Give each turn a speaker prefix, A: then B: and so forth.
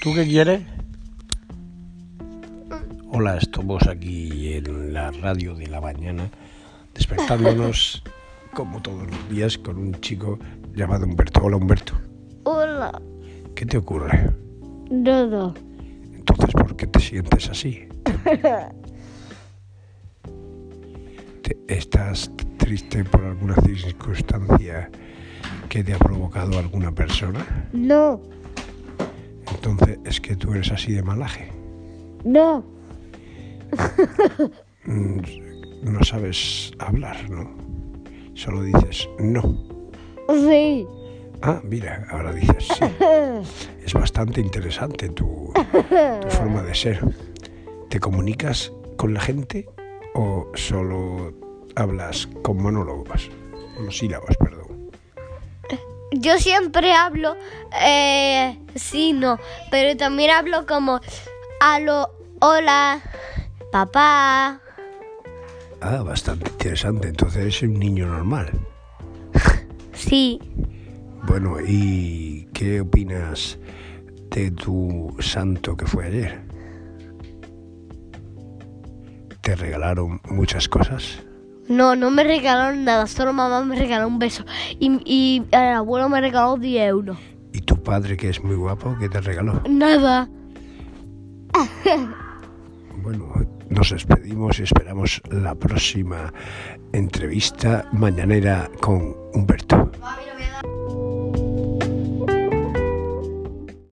A: ¿Tú qué quieres? Hola, estamos aquí en la radio de la mañana, despertándonos como todos los días con un chico llamado Humberto. Hola, Humberto.
B: Hola.
A: ¿Qué te ocurre?
B: Dodo.
A: Entonces, ¿por qué te sientes así? ¿Te- ¿Estás triste por alguna circunstancia que te ha provocado alguna persona?
B: No,
A: Entonces, es que tú eres así de malaje.
B: no,
A: Mm, No sabes hablar, ¿no? Solo dices no.
B: sí.
A: Ah, mira, ahora dices sí. Es bastante interesante tu, tu forma de ser. ¿Te comunicas con la gente o solo hablas con monólogos? Monosílabos, perdón.
B: Yo siempre hablo, eh, sí, no, pero también hablo como, aló, hola, papá.
A: Ah, bastante interesante. Entonces eres un niño normal.
B: Sí,
A: Bueno, ¿y qué opinas de tu santo que fue ayer? ¿Te regalaron muchas cosas?
B: no, no me regalaron nada, solo mamá me regaló un beso y, y el abuelo me regaló 10 euros.
A: ¿Y tu padre, que es muy guapo, qué te regaló?
B: Nada.
A: Bueno, nos despedimos y esperamos la próxima entrevista mañanera con Humberto.
B: no